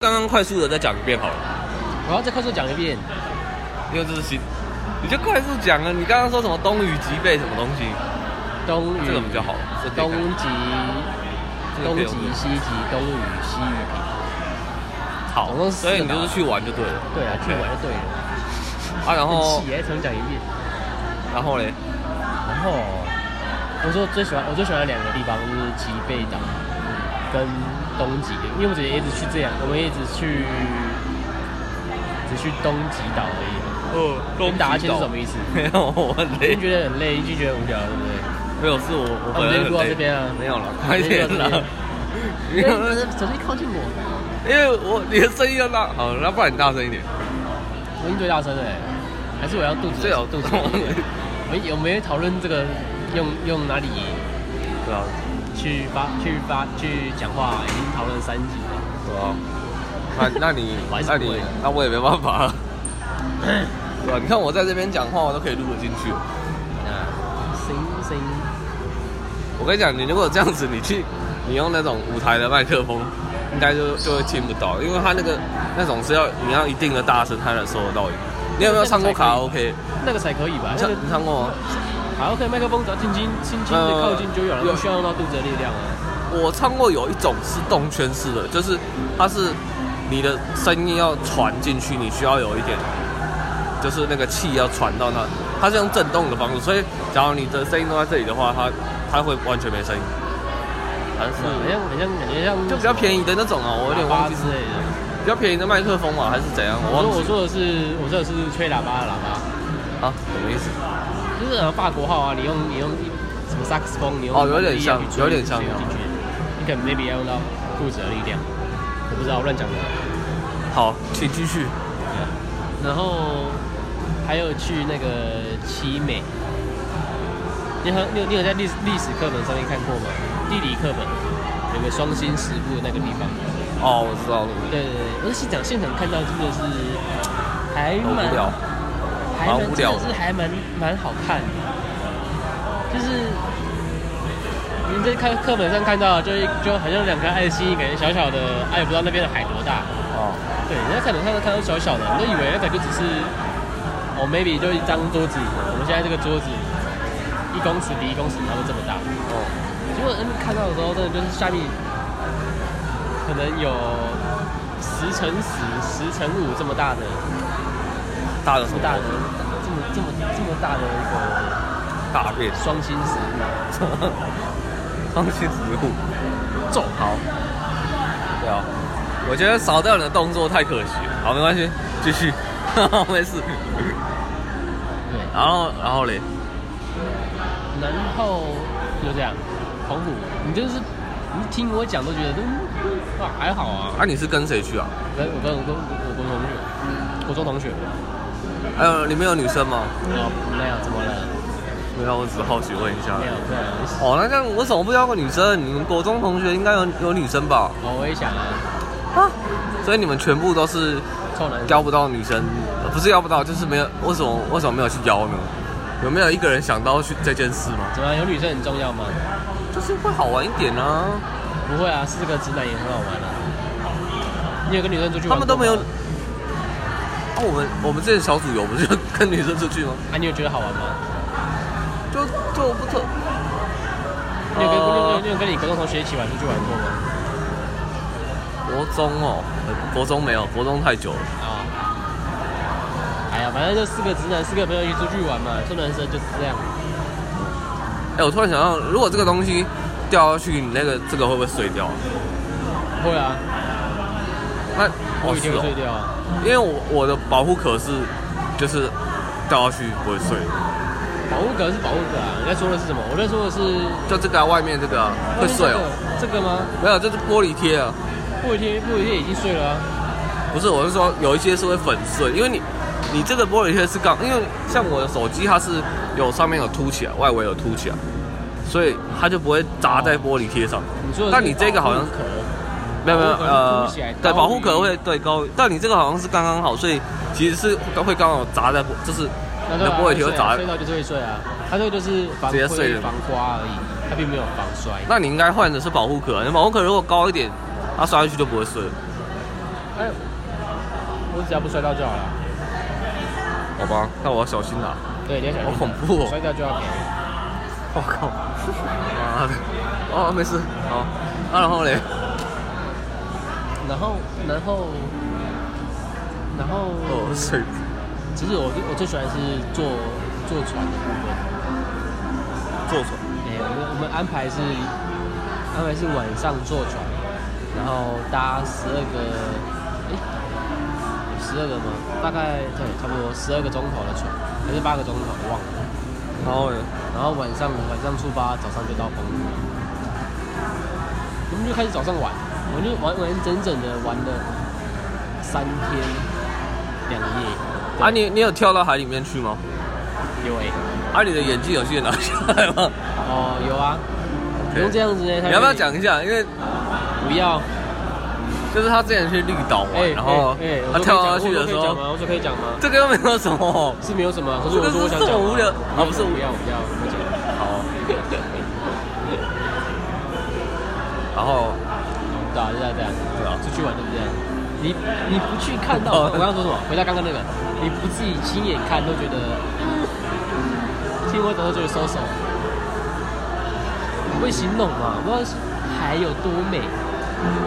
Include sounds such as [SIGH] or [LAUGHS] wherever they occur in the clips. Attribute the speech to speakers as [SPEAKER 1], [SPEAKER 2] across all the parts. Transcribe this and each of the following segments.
[SPEAKER 1] 刚刚快速的再讲一遍好了，
[SPEAKER 2] 我要再快速讲一遍，
[SPEAKER 1] 因为这是新，你就快速讲啊！你刚刚说什么东雨脊背什么东西？
[SPEAKER 2] 东雨
[SPEAKER 1] 这个比较好这可以
[SPEAKER 2] 嗯东
[SPEAKER 1] 看
[SPEAKER 2] 极
[SPEAKER 1] 这个
[SPEAKER 2] 东
[SPEAKER 1] 可以
[SPEAKER 2] 极
[SPEAKER 1] 用这个
[SPEAKER 2] 西极东雨西雨平，
[SPEAKER 1] 好
[SPEAKER 2] 总共，四
[SPEAKER 1] 所以你
[SPEAKER 2] 个
[SPEAKER 1] 就是去玩就对了
[SPEAKER 2] 对啊，去玩就对了。
[SPEAKER 1] 啊。然后
[SPEAKER 2] 很气耶，重讲一遍。
[SPEAKER 1] 然后嘞，
[SPEAKER 2] 然后我说最喜欢我最喜欢的两个地方就是吉贝岛跟东极，因为我之前一直去这两，我们一直去只去东极岛而已。
[SPEAKER 1] 呃，
[SPEAKER 2] 你哦打哈欠是什么意思？
[SPEAKER 1] 没有，我很
[SPEAKER 2] 你
[SPEAKER 1] 累
[SPEAKER 2] 就。觉得很累，你就觉得无聊，对不对？
[SPEAKER 1] 没有，是我我本来
[SPEAKER 2] 我们先
[SPEAKER 1] 很
[SPEAKER 2] 录到
[SPEAKER 1] 累
[SPEAKER 2] 这边啊
[SPEAKER 1] 没有了，
[SPEAKER 2] 我
[SPEAKER 1] 快
[SPEAKER 2] 们先
[SPEAKER 1] 点
[SPEAKER 2] 录到这边
[SPEAKER 1] 啦。 [LAUGHS] 因
[SPEAKER 2] 因
[SPEAKER 1] 为
[SPEAKER 2] 为不是手机靠近我，
[SPEAKER 1] 因为我你的声音要大，好，那不然你大声一点。
[SPEAKER 2] 我已经最大声了欸，还是我要肚子
[SPEAKER 1] 最好
[SPEAKER 2] 肚子痛一点。我们有没有讨论这个用用哪里
[SPEAKER 1] 对啊，
[SPEAKER 2] 去发去发去讲话？已经讨论三集了。
[SPEAKER 1] 对啊。那那你
[SPEAKER 2] 我还是
[SPEAKER 1] 那
[SPEAKER 2] 不
[SPEAKER 1] 你
[SPEAKER 2] 会
[SPEAKER 1] 那我也没办
[SPEAKER 2] [COUGHS]
[SPEAKER 1] 法。啊对啊，你看我在这边讲话，我都可以录得进去。
[SPEAKER 2] 啊，行行，
[SPEAKER 1] 我跟你讲，你如果这样子，你去你用那种舞台的麦克风，应该就就会听不到，因为它那个那种是要你要一定的大声，它才收得到你。你有没有唱过卡拉 OK？
[SPEAKER 2] 那个才可以吧？
[SPEAKER 1] 你
[SPEAKER 2] 那
[SPEAKER 1] 唱
[SPEAKER 2] 个
[SPEAKER 1] 你唱过吗？
[SPEAKER 2] 好 OK，麦克风只要轻轻轻轻的靠近就有了，
[SPEAKER 1] 呃有
[SPEAKER 2] 不需要用到肚子的力量啊。
[SPEAKER 1] 我唱过有一种是动圈式的，就是它是你的声音要传进去，你需要有一点，就是那个气要传到那，它是用震动的方式，所以假如你的声音都在这里的话，它它会完全没声音，还是
[SPEAKER 2] 是吧，很像很像感觉像
[SPEAKER 1] 嗯就比较便
[SPEAKER 2] 宜，
[SPEAKER 1] 宜的那种啊，我有点
[SPEAKER 2] 喇叭
[SPEAKER 1] 忘记
[SPEAKER 2] 之
[SPEAKER 1] 是
[SPEAKER 2] 类的。
[SPEAKER 1] 比较便宜的麦克风嘛，还是怎样，我
[SPEAKER 2] 我说
[SPEAKER 1] 忘
[SPEAKER 2] 我
[SPEAKER 1] 记
[SPEAKER 2] 说的是我说的是吹喇叭的喇叭，
[SPEAKER 1] 啊，什么意思？
[SPEAKER 2] 就是呃法国号啊，你用你用什么萨克斯风，你用
[SPEAKER 1] 哦有点像
[SPEAKER 2] 力量去吹
[SPEAKER 1] 有点像
[SPEAKER 2] 吹进去，你可能 maybe 要用到肚子的力量，我不知道我乱讲的。
[SPEAKER 1] 好，请继续。
[SPEAKER 2] 然后还有去那个奇美，你和你有你有在历史历史课本上面看过吗？地理课本有个双星石窟的那个地方，
[SPEAKER 1] 哦，我知道了，
[SPEAKER 2] 对对对，我是现场现场看到真的是还
[SPEAKER 1] 好
[SPEAKER 2] 蛮
[SPEAKER 1] 无聊。
[SPEAKER 2] 还
[SPEAKER 1] 蛮无
[SPEAKER 2] 蛮真
[SPEAKER 1] 聊的
[SPEAKER 2] 的是还蛮蛮好看的，就是你在看课本上看到，就是就好像两颗爱心，感觉小小的，哎、也不知道那边的海多大。
[SPEAKER 1] 哦，
[SPEAKER 2] 对，人家课本上都看到小小的，你就以为那个就只是哦，maybe 就一张桌子，我们现在这个桌子一公尺比一公尺差不多这么大。
[SPEAKER 1] 哦，
[SPEAKER 2] 结果嗯看到的时候，真的就是下面可能有十乘十、十乘五这么大的、
[SPEAKER 1] 大的什
[SPEAKER 2] 这么
[SPEAKER 1] 么？
[SPEAKER 2] 大的、这么这么这么大的一个。
[SPEAKER 1] 大便，
[SPEAKER 2] 双心石
[SPEAKER 1] [LAUGHS] 放弃植物。
[SPEAKER 2] 重好，
[SPEAKER 1] 对啊，我觉得少掉你的动作太可惜了。好，没关系，继续， [LAUGHS] 没事。
[SPEAKER 2] 对，
[SPEAKER 1] 然后，然后嘞，
[SPEAKER 2] 然后就这样，澎湖，你就是你听我讲都觉得都哇还好啊，
[SPEAKER 1] 啊，你是跟谁去啊？
[SPEAKER 2] 我跟我跟我跟我国同学，国中同学，
[SPEAKER 1] 还有里面有女生吗？
[SPEAKER 2] 哦没有怎么了，
[SPEAKER 1] 没有，我只是好奇问一下
[SPEAKER 2] 没。有没有，
[SPEAKER 1] 哦，那这样为什么不邀个女生？你们国中同学应该有有女生吧？
[SPEAKER 2] 哦我也想啊，
[SPEAKER 1] 啊，所以你们全部都是
[SPEAKER 2] 臭男生，
[SPEAKER 1] 邀不到女生，呃不是邀不到，就是没有。为什么为什么没有去邀呢？有没有一个人想到去这件事吗？
[SPEAKER 2] 怎么样有女生很重要吗？
[SPEAKER 1] 就是会好玩一点啊。
[SPEAKER 2] 不会啊，四个直男也很好玩啊，你有跟女生出去玩过吗，
[SPEAKER 1] 他们都没有。啊，我们我们这些小组游不是就跟女生出去吗？
[SPEAKER 2] 啊，你有觉得好玩吗？
[SPEAKER 1] 就就不特。
[SPEAKER 2] 你有跟你有
[SPEAKER 1] 呃
[SPEAKER 2] 你有跟你国中同学一起玩出去玩过吗？
[SPEAKER 1] 国中哦，呃国中没有，国中太久了。
[SPEAKER 2] 啊、哎呀，反正就四个直男，四个朋友一起出去玩嘛，做男生就是这样。
[SPEAKER 1] 哎、我突然想到，如果这个东西掉下去，你那个这个会不会碎掉啊？
[SPEAKER 2] 会啊，
[SPEAKER 1] 那
[SPEAKER 2] 我
[SPEAKER 1] 哦
[SPEAKER 2] 一
[SPEAKER 1] 是
[SPEAKER 2] 定会
[SPEAKER 1] 哦
[SPEAKER 2] 碎，掉啊。
[SPEAKER 1] 因为我我的保护壳是就是掉下去不会碎，哦
[SPEAKER 2] 保护壳是保护壳啊，你在说的是什么？我在说的是
[SPEAKER 1] 就这个、啊、外面这个、啊、会碎哦，
[SPEAKER 2] 这个吗？
[SPEAKER 1] 没有，就是玻璃贴啊。
[SPEAKER 2] 不一定，不一定已经碎了啊。
[SPEAKER 1] 不是，我是说有一些是会粉碎，因为你你这个玻璃贴是刚，因为像我的手机它是有上面有凸起来，外围有凸起来，所以它就不会砸在玻璃贴上。
[SPEAKER 2] 你说的是
[SPEAKER 1] 但你这个好像
[SPEAKER 2] 保护壳
[SPEAKER 1] 没有没有
[SPEAKER 2] 保护壳
[SPEAKER 1] 呃
[SPEAKER 2] 凸起来，
[SPEAKER 1] 对，
[SPEAKER 2] 高于
[SPEAKER 1] 保护壳会对高，但你这个好像是刚刚好，所以其实是会刚好砸在玻，就是
[SPEAKER 2] 那
[SPEAKER 1] 你的
[SPEAKER 2] 对啊
[SPEAKER 1] 玻璃贴会
[SPEAKER 2] 碎啊
[SPEAKER 1] 砸
[SPEAKER 2] 碎。到就是会碎啊，它这个就是防
[SPEAKER 1] 直接碎
[SPEAKER 2] 灰
[SPEAKER 1] 了
[SPEAKER 2] 防刮而已，它并没有防摔。
[SPEAKER 1] 那你应该换的是保护壳，你保护壳如果高一点，它摔下去就不会碎了。
[SPEAKER 2] 哎，我只要不摔到就好了。
[SPEAKER 1] 好吧，那我要小心啦。
[SPEAKER 2] 对，你要小心。啊
[SPEAKER 1] 好恐怖哦
[SPEAKER 2] 摔掉就要赔。
[SPEAKER 1] 我靠！妈的！哦，没事，好。啊，然后嘞，
[SPEAKER 2] 然后，然后，然后，
[SPEAKER 1] 哦，水，
[SPEAKER 2] 其实我最我最喜欢的是坐坐船的部分。
[SPEAKER 1] 坐船，
[SPEAKER 2] 哎、我们我们安排是安排是晚上坐船，然后搭十二个，哎、十二个吗？大概对，差不多十二个钟头的船，还是八个钟头，我忘了。
[SPEAKER 1] 然后嘞，
[SPEAKER 2] 然后晚上晚上出发，早上就到澎湖，我们就开始早上玩，我们就玩完整整的玩了三天两夜。
[SPEAKER 1] 啊，你你有跳到海里面去吗？
[SPEAKER 2] 有哎、
[SPEAKER 1] 啊，你的演技有去
[SPEAKER 2] [LAUGHS]
[SPEAKER 1] 拿下来吗？
[SPEAKER 2] 哦有啊，不用这样子欸呢。
[SPEAKER 1] 你要不要？讲一下？因为
[SPEAKER 2] 不要。
[SPEAKER 1] 就是他之前去绿岛玩，哦
[SPEAKER 2] 哎，
[SPEAKER 1] 然后
[SPEAKER 2] 哎哎我
[SPEAKER 1] 他
[SPEAKER 2] 说可以
[SPEAKER 1] 跳下
[SPEAKER 2] 讲
[SPEAKER 1] 去的时
[SPEAKER 2] 我说
[SPEAKER 1] 候
[SPEAKER 2] 可以讲，吗？我说可以讲吗？
[SPEAKER 1] 这个又没有什么。
[SPEAKER 2] 是没有什么，可是我说我想
[SPEAKER 1] 这个是这
[SPEAKER 2] 讲
[SPEAKER 1] 么无聊
[SPEAKER 2] 啊，不是
[SPEAKER 1] 啊不是
[SPEAKER 2] 不要不要不讲， [LAUGHS]
[SPEAKER 1] 好，然后
[SPEAKER 2] 对啊，就这样这样，
[SPEAKER 1] 对啊，
[SPEAKER 2] 出去玩就是这样。你你不去看到，
[SPEAKER 1] 哦
[SPEAKER 2] [LAUGHS] 我刚刚说什么？回到刚刚那个，你不自己亲眼看都觉得，嗯听我怎么觉得收手，不会形容嘛？不知道是海有多美，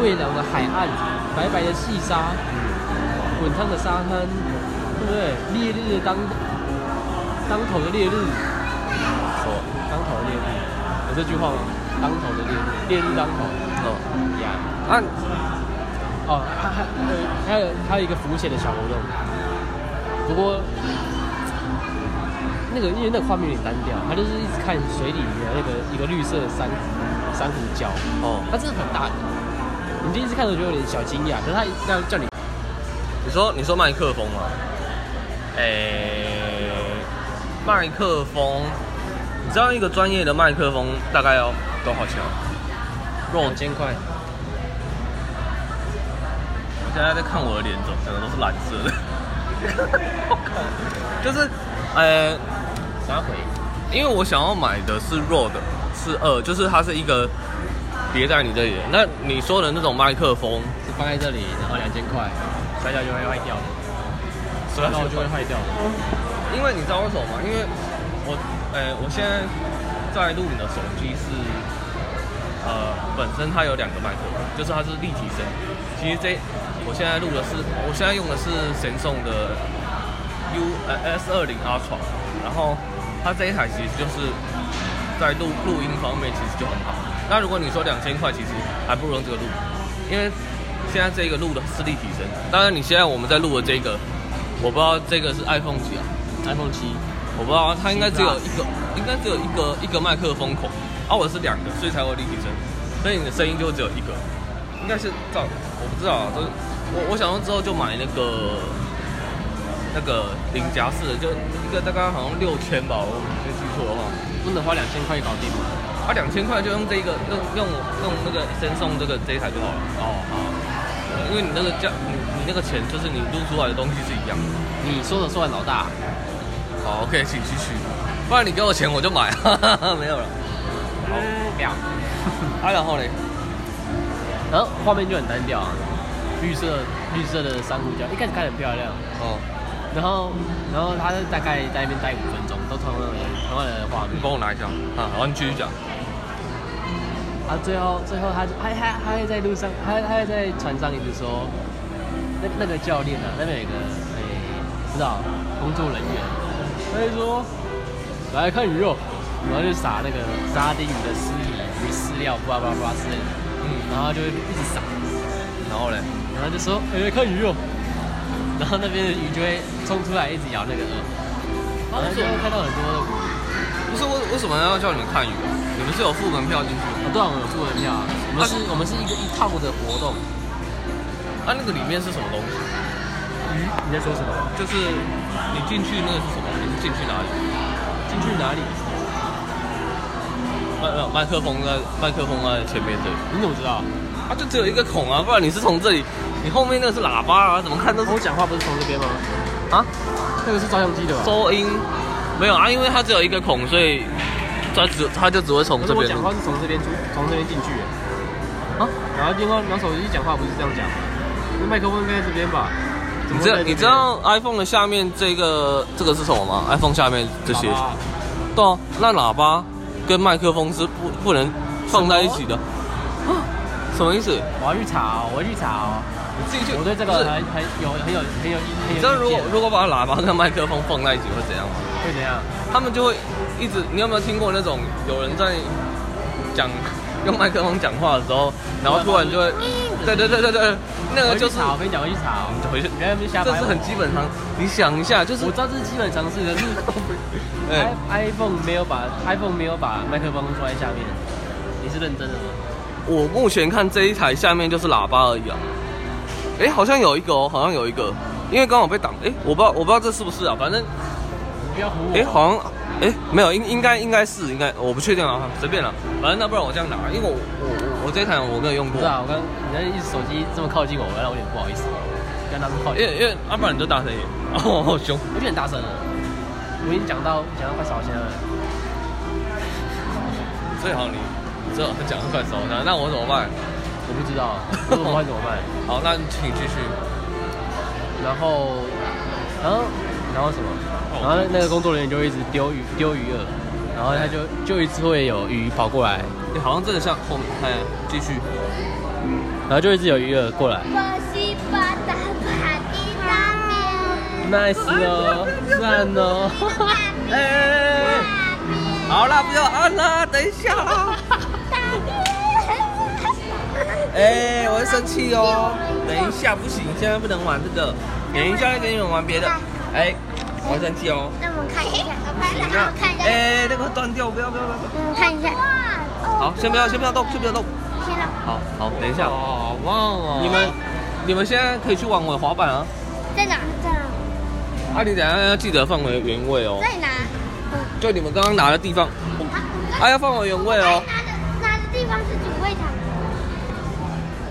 [SPEAKER 2] 蔚蓝的海岸，白白的细沙，滚烫的沙滩，对不对？烈日的当当头的烈日。
[SPEAKER 1] 说
[SPEAKER 2] 当头的烈日，有这句话吗？当头的烈日，烈日当头。
[SPEAKER 1] 哦，
[SPEAKER 2] 呀、
[SPEAKER 1] 啊，
[SPEAKER 2] 哦，还还呃，还有还有一个浮潜的小活动，不过那个因为那个画面有点单调，它就是一直看水里面那个一个绿色的珊瑚珊瑚礁，
[SPEAKER 1] 哦，
[SPEAKER 2] 它真的很大的，你第一次看的时候就有点小惊讶，可是它一直要叫你
[SPEAKER 1] 你说你说麦克风吗？哎、麦克风，你知道一个专业的麦克风大概要多少钱吗？
[SPEAKER 2] 让我千块，
[SPEAKER 1] 我现在在看我的脸，怎么整个都是蓝色的？ [LAUGHS] 我靠就是，呃，
[SPEAKER 2] 啥回？
[SPEAKER 1] 因为我想要买的是 Rode 是二，就是它是一个别在你这里的。那你说的那种麦克风，
[SPEAKER 2] 是放在这里，然后两千块，摔跤就会坏掉的，
[SPEAKER 1] 所以
[SPEAKER 2] 摔跤就会坏 [LAUGHS] 掉的。
[SPEAKER 1] 因为你知道为什么吗？因为我，呃，我现在在录影的手机是，呃，本身它有两个麦克风，就是它是立体声。其实这我现在录的是，我现在用的是神送的 U 呃 S 二零 Ultra，然后它这一台其实就是在录录音方面其实就很好。那如果你说两千块，其实还不如用这个录，因为现在这个录的是立体声。当然，你现在我们在录的这个，我不知道这个是 iPhone 几啊？
[SPEAKER 2] iPhone 七，
[SPEAKER 1] 我不知道，它应该只有一个，应该只有一个一个麦克风孔，啊，我是两个，所以才会有立体声，所以你的声音就只有一个，应该是这样，我不知道啊，就是我我想要之后就买那个那个零夹式的，就一个大概好像六千吧，我没记错的话，
[SPEAKER 2] 不能花两千块搞定吗？
[SPEAKER 1] 啊，两千块就用这一个用用用那个先送这个这一台就好了，
[SPEAKER 2] 哦，好，
[SPEAKER 1] 因为你那个价你你那个钱就是你录出来的东西是一样的。
[SPEAKER 2] 你说的算老大。
[SPEAKER 1] 好，OK，请继续，不然你给我钱我就买， [LAUGHS] 哈哈哈，没有了。
[SPEAKER 2] 好， [LAUGHS] 不要。
[SPEAKER 1] 啊，然后嘞。
[SPEAKER 2] 然后画面就很单调啊，绿色绿色的珊瑚礁，一开始看很漂亮，
[SPEAKER 1] 哦，
[SPEAKER 2] 然后然后他大概在那边待五分钟，都同样的同样的画
[SPEAKER 1] 你
[SPEAKER 2] 面。
[SPEAKER 1] 帮我拿一下啊，好，你继续讲。
[SPEAKER 2] 啊，最后最后他就还还还会在路上，还还会在船上一直说，那那个教练啊，那边有一个哎、不知道工作人员，他就说来看鱼肉，然后就撒那个沙丁鱼的丝鱼鱼饲料，叭叭叭之类的，
[SPEAKER 1] 嗯，
[SPEAKER 2] 然后就一直撒。
[SPEAKER 1] 然后嘞，
[SPEAKER 2] 然后就说：“哎、看鱼哦。”然后那边的鱼就会冲出来，一直咬那个饵，然后就会看到很多的鱼。
[SPEAKER 1] 不是为为什么要叫你们看鱼啊？你们是有付门票进去吗？
[SPEAKER 2] 啊，对啊，我们有付门票啊。我们是，我们是一个一套的活动。
[SPEAKER 1] 啊，那个里面是什么东西？
[SPEAKER 2] 鱼？你在说什么？
[SPEAKER 1] 就是你进去那个是什么？你是进去哪里？
[SPEAKER 2] 进去哪里？
[SPEAKER 1] 麦呃麦麦克风在麦克风在前面这里，
[SPEAKER 2] 你怎么知道？
[SPEAKER 1] 啊，就只有一个孔啊，不然你是从这里，你后面那个是喇叭啊，怎么看都是
[SPEAKER 2] 我讲话不是从这边吗？
[SPEAKER 1] 啊
[SPEAKER 2] 那个是照相机的吧？
[SPEAKER 1] 收音，没有啊，因为它只有一个孔，所以它只它就只会从
[SPEAKER 2] 可是
[SPEAKER 1] 这
[SPEAKER 2] 我
[SPEAKER 1] 边
[SPEAKER 2] 讲话是从这边出，从这边进去耶。
[SPEAKER 1] 啊，
[SPEAKER 2] 然后电话，然后手机讲话不是这样讲，那麦克风应该在这边吧？怎
[SPEAKER 1] 你
[SPEAKER 2] 么
[SPEAKER 1] 知道
[SPEAKER 2] 会在这边
[SPEAKER 1] 你知道 iPhone 的下面这个这个是什么吗？iPhone 下面这些，
[SPEAKER 2] 好吧
[SPEAKER 1] 对啊，那喇叭跟麦克风是不不能放在一起的，什哦么意思？
[SPEAKER 2] 我要去查、哦，我要去查哦。
[SPEAKER 1] 你自己去。
[SPEAKER 2] 我对这个
[SPEAKER 1] 不是
[SPEAKER 2] 很很有很有很有意很有意见。
[SPEAKER 1] 你知道如果如果把喇叭跟麦克风放在一起会怎样吗？
[SPEAKER 2] 会怎样？
[SPEAKER 1] 他们就会一直，你有没有听过那种有人在讲用麦克风讲话的时候，然后突然就会，对对对对对，那
[SPEAKER 2] 我
[SPEAKER 1] 个
[SPEAKER 2] 哦会去
[SPEAKER 1] 就是
[SPEAKER 2] 查，我跟你讲，我会去查哦。
[SPEAKER 1] 回去，
[SPEAKER 2] 原来不是瞎
[SPEAKER 1] 这
[SPEAKER 2] 掰
[SPEAKER 1] 是
[SPEAKER 2] 我
[SPEAKER 1] 很基本常，你想一下，就是
[SPEAKER 2] 我知道这是基本常识，可是
[SPEAKER 1] [LAUGHS] 哎
[SPEAKER 2] i iPhone 没有把 iPhone 没有把麦克风放在下面，你是认真的吗？
[SPEAKER 1] 我目前看这一台下面就是喇叭而已啊。哎、好像有一个哦，好像有一个，因为刚好被挡。哎、我不知道，我不知道这是不是啊，反正
[SPEAKER 2] 你不要唬我。
[SPEAKER 1] 哎、好像哎、没有，应应该应该是应该，我不确定啊，随便了。反正那不然我这样拿，因为我我我我这一台我没有用
[SPEAKER 2] 不
[SPEAKER 1] 过呃
[SPEAKER 2] 是，啊，我刚你那一直手机这么靠近我，让我有点不好意思，跟他们靠
[SPEAKER 1] 因
[SPEAKER 2] 近
[SPEAKER 1] 为，因为要、不然你就大声一点，哦，好凶。
[SPEAKER 2] 有点大声了。我已经讲到讲到快烧香了，
[SPEAKER 1] 最好你最好讲得快手，那那我怎么办？
[SPEAKER 2] 我不
[SPEAKER 1] [LAUGHS]
[SPEAKER 2] 知道，我怎么办怎么办？
[SPEAKER 1] 好，那你请继续。
[SPEAKER 2] 然后，然后，然后什么？
[SPEAKER 1] 哦
[SPEAKER 2] 然后那个工作人员就一直丢鱼丢鱼饵，然后他就就一直会有鱼跑过来，
[SPEAKER 1] 你、好像真的像后面，哎，啊继续。
[SPEAKER 2] 然后就一直有鱼饵过来
[SPEAKER 3] 巴西巴达巴地大便，
[SPEAKER 2] ，nice 哦，赞哦，
[SPEAKER 1] 哎、好啦，不要按啦，等一下啦。
[SPEAKER 3] 大便，
[SPEAKER 1] [LAUGHS] 哎、我会生气哦。等一下不行，现在不能玩这个，等一下再给你们玩别的。哎、我会生气哦。
[SPEAKER 3] 那我们看一下，那
[SPEAKER 1] 那
[SPEAKER 3] 我看一下，
[SPEAKER 1] 哎、那个断掉，不要不要不要。不要
[SPEAKER 3] 我们看一下，
[SPEAKER 1] 好，先不要先不要动，先不要动。
[SPEAKER 3] 先让
[SPEAKER 1] 好好，等一下。哦，忘哦你们你们现在可以去玩我的滑板啊。
[SPEAKER 3] 在哪？在哪？
[SPEAKER 1] 啊，你等一下要记得放回原位哦，
[SPEAKER 3] 在哪？
[SPEAKER 1] 就你们刚刚拿的地方，
[SPEAKER 3] 啊，
[SPEAKER 1] 啊，要放回原位哦。
[SPEAKER 3] 拿的拿的地方是主会场，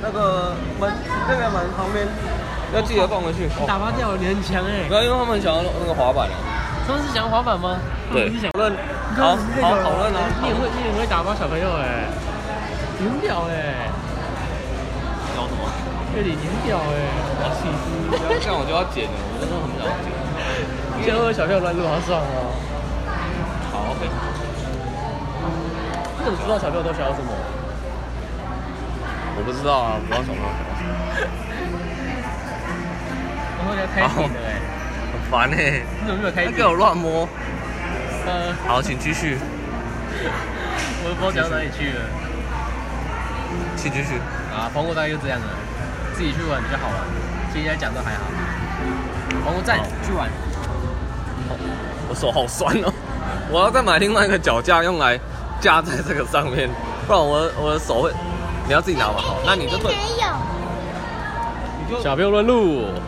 [SPEAKER 1] 那个门，那个门旁边要记得放回去。哦
[SPEAKER 2] 打发掉了，你很强哎
[SPEAKER 1] 不，要，因为他们想要那个滑板啊。
[SPEAKER 2] 他们是想滑板吗？他们嗯是想
[SPEAKER 1] 讨论，好好讨论啊。
[SPEAKER 2] 你也会你也会打包小朋友哎，你很屌哎，
[SPEAKER 1] 聊什么？
[SPEAKER 2] 对你很屌哎，
[SPEAKER 1] 我要气死！这样我就要剪了，我真的很想剪。
[SPEAKER 2] 现在会有小朋友乱入好爽哦。
[SPEAKER 1] 好，OK。
[SPEAKER 2] 你怎么知道小朋友都想要什么？
[SPEAKER 1] 我不知道啊，不要想到什么，
[SPEAKER 2] 然后要开
[SPEAKER 1] 好
[SPEAKER 2] 屏的哎，
[SPEAKER 1] 很烦呢、
[SPEAKER 2] 你怎么没有开
[SPEAKER 1] 他
[SPEAKER 2] 屏？
[SPEAKER 1] 给我乱摸。
[SPEAKER 2] 呃，
[SPEAKER 1] 好，请继续，
[SPEAKER 2] 我都不知道讲到哪里去了。
[SPEAKER 1] 请继续。
[SPEAKER 2] 啊，黄国大概就这样了，自己去玩比较好玩。今天讲都还好。黄国站
[SPEAKER 1] 好
[SPEAKER 2] 去玩，
[SPEAKER 1] 我手好酸哦，我要再买另外一个脚架用来架在这个上面，不然我的我的手会。你要自己拿吧，好，那你就对，
[SPEAKER 3] 哎没有，
[SPEAKER 1] 你就
[SPEAKER 2] 小朋友乱入，
[SPEAKER 3] 我们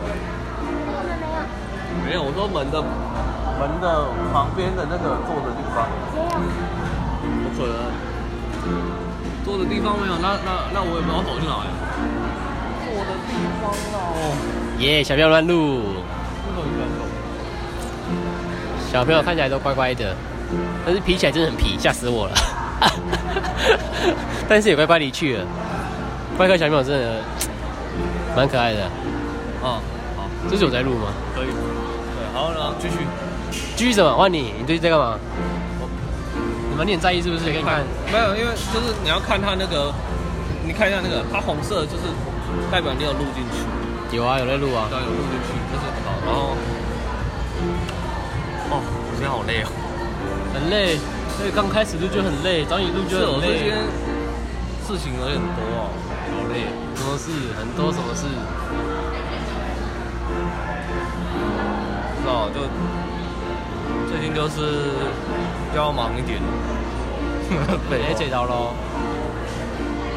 [SPEAKER 3] 没有，
[SPEAKER 1] 没有。我说门的门的旁边的那个坐的地方，
[SPEAKER 3] 没有，
[SPEAKER 1] 不可能。坐的地方没有，那那那我也不知道走去哪里。坐的地方哦，
[SPEAKER 2] 耶、小朋友乱入，
[SPEAKER 1] 不走远走。
[SPEAKER 2] 小朋友看起来都乖乖的，但是皮起来真的很皮，吓死我了。 [LAUGHS] 但是也乖乖离去了，乖乖小朋友真的蛮可爱的。
[SPEAKER 1] 啊，好，
[SPEAKER 2] 这是有在录吗？
[SPEAKER 1] 可以。对，好，然后继续。
[SPEAKER 2] 继续什么？换你，你最近在干嘛？你们你很在意是不是？给你看，
[SPEAKER 1] 没有，因为就是你要看它那个，你看一下那个，它红色就是代表你有录进去。
[SPEAKER 2] 有啊，有在录啊。
[SPEAKER 1] 对，录进去，这是很好。然后，哦，我今天好累哦。
[SPEAKER 2] 很累，所以刚开始录就很累，找你录
[SPEAKER 1] 是
[SPEAKER 2] 就，
[SPEAKER 1] 我
[SPEAKER 2] 很
[SPEAKER 1] 最
[SPEAKER 2] 累
[SPEAKER 1] 近。事情有点多哦，好累。
[SPEAKER 2] 什么事？很多什么事？
[SPEAKER 1] 不知道，就最近就是比较忙一 [LAUGHS] 点。
[SPEAKER 2] 对，哎，
[SPEAKER 1] 姐
[SPEAKER 2] 找到喽，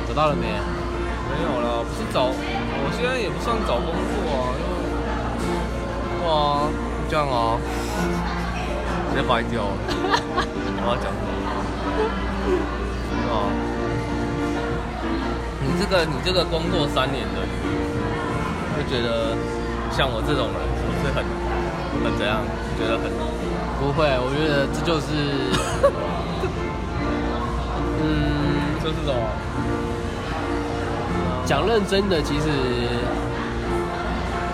[SPEAKER 2] 找到了没？
[SPEAKER 1] 没有啦，不是找，我现在也不算找工作啊，因为哇，这样啊，直接白掉
[SPEAKER 2] [LAUGHS]
[SPEAKER 1] 了。我要讲什么？哦，你这个你这个工作三年的，会觉得像我这种人是不是很很怎样？觉得很
[SPEAKER 2] 不会，我觉得这 [LAUGHS] 就是，嗯，
[SPEAKER 1] 就是什么？啊
[SPEAKER 2] 讲认真的，其实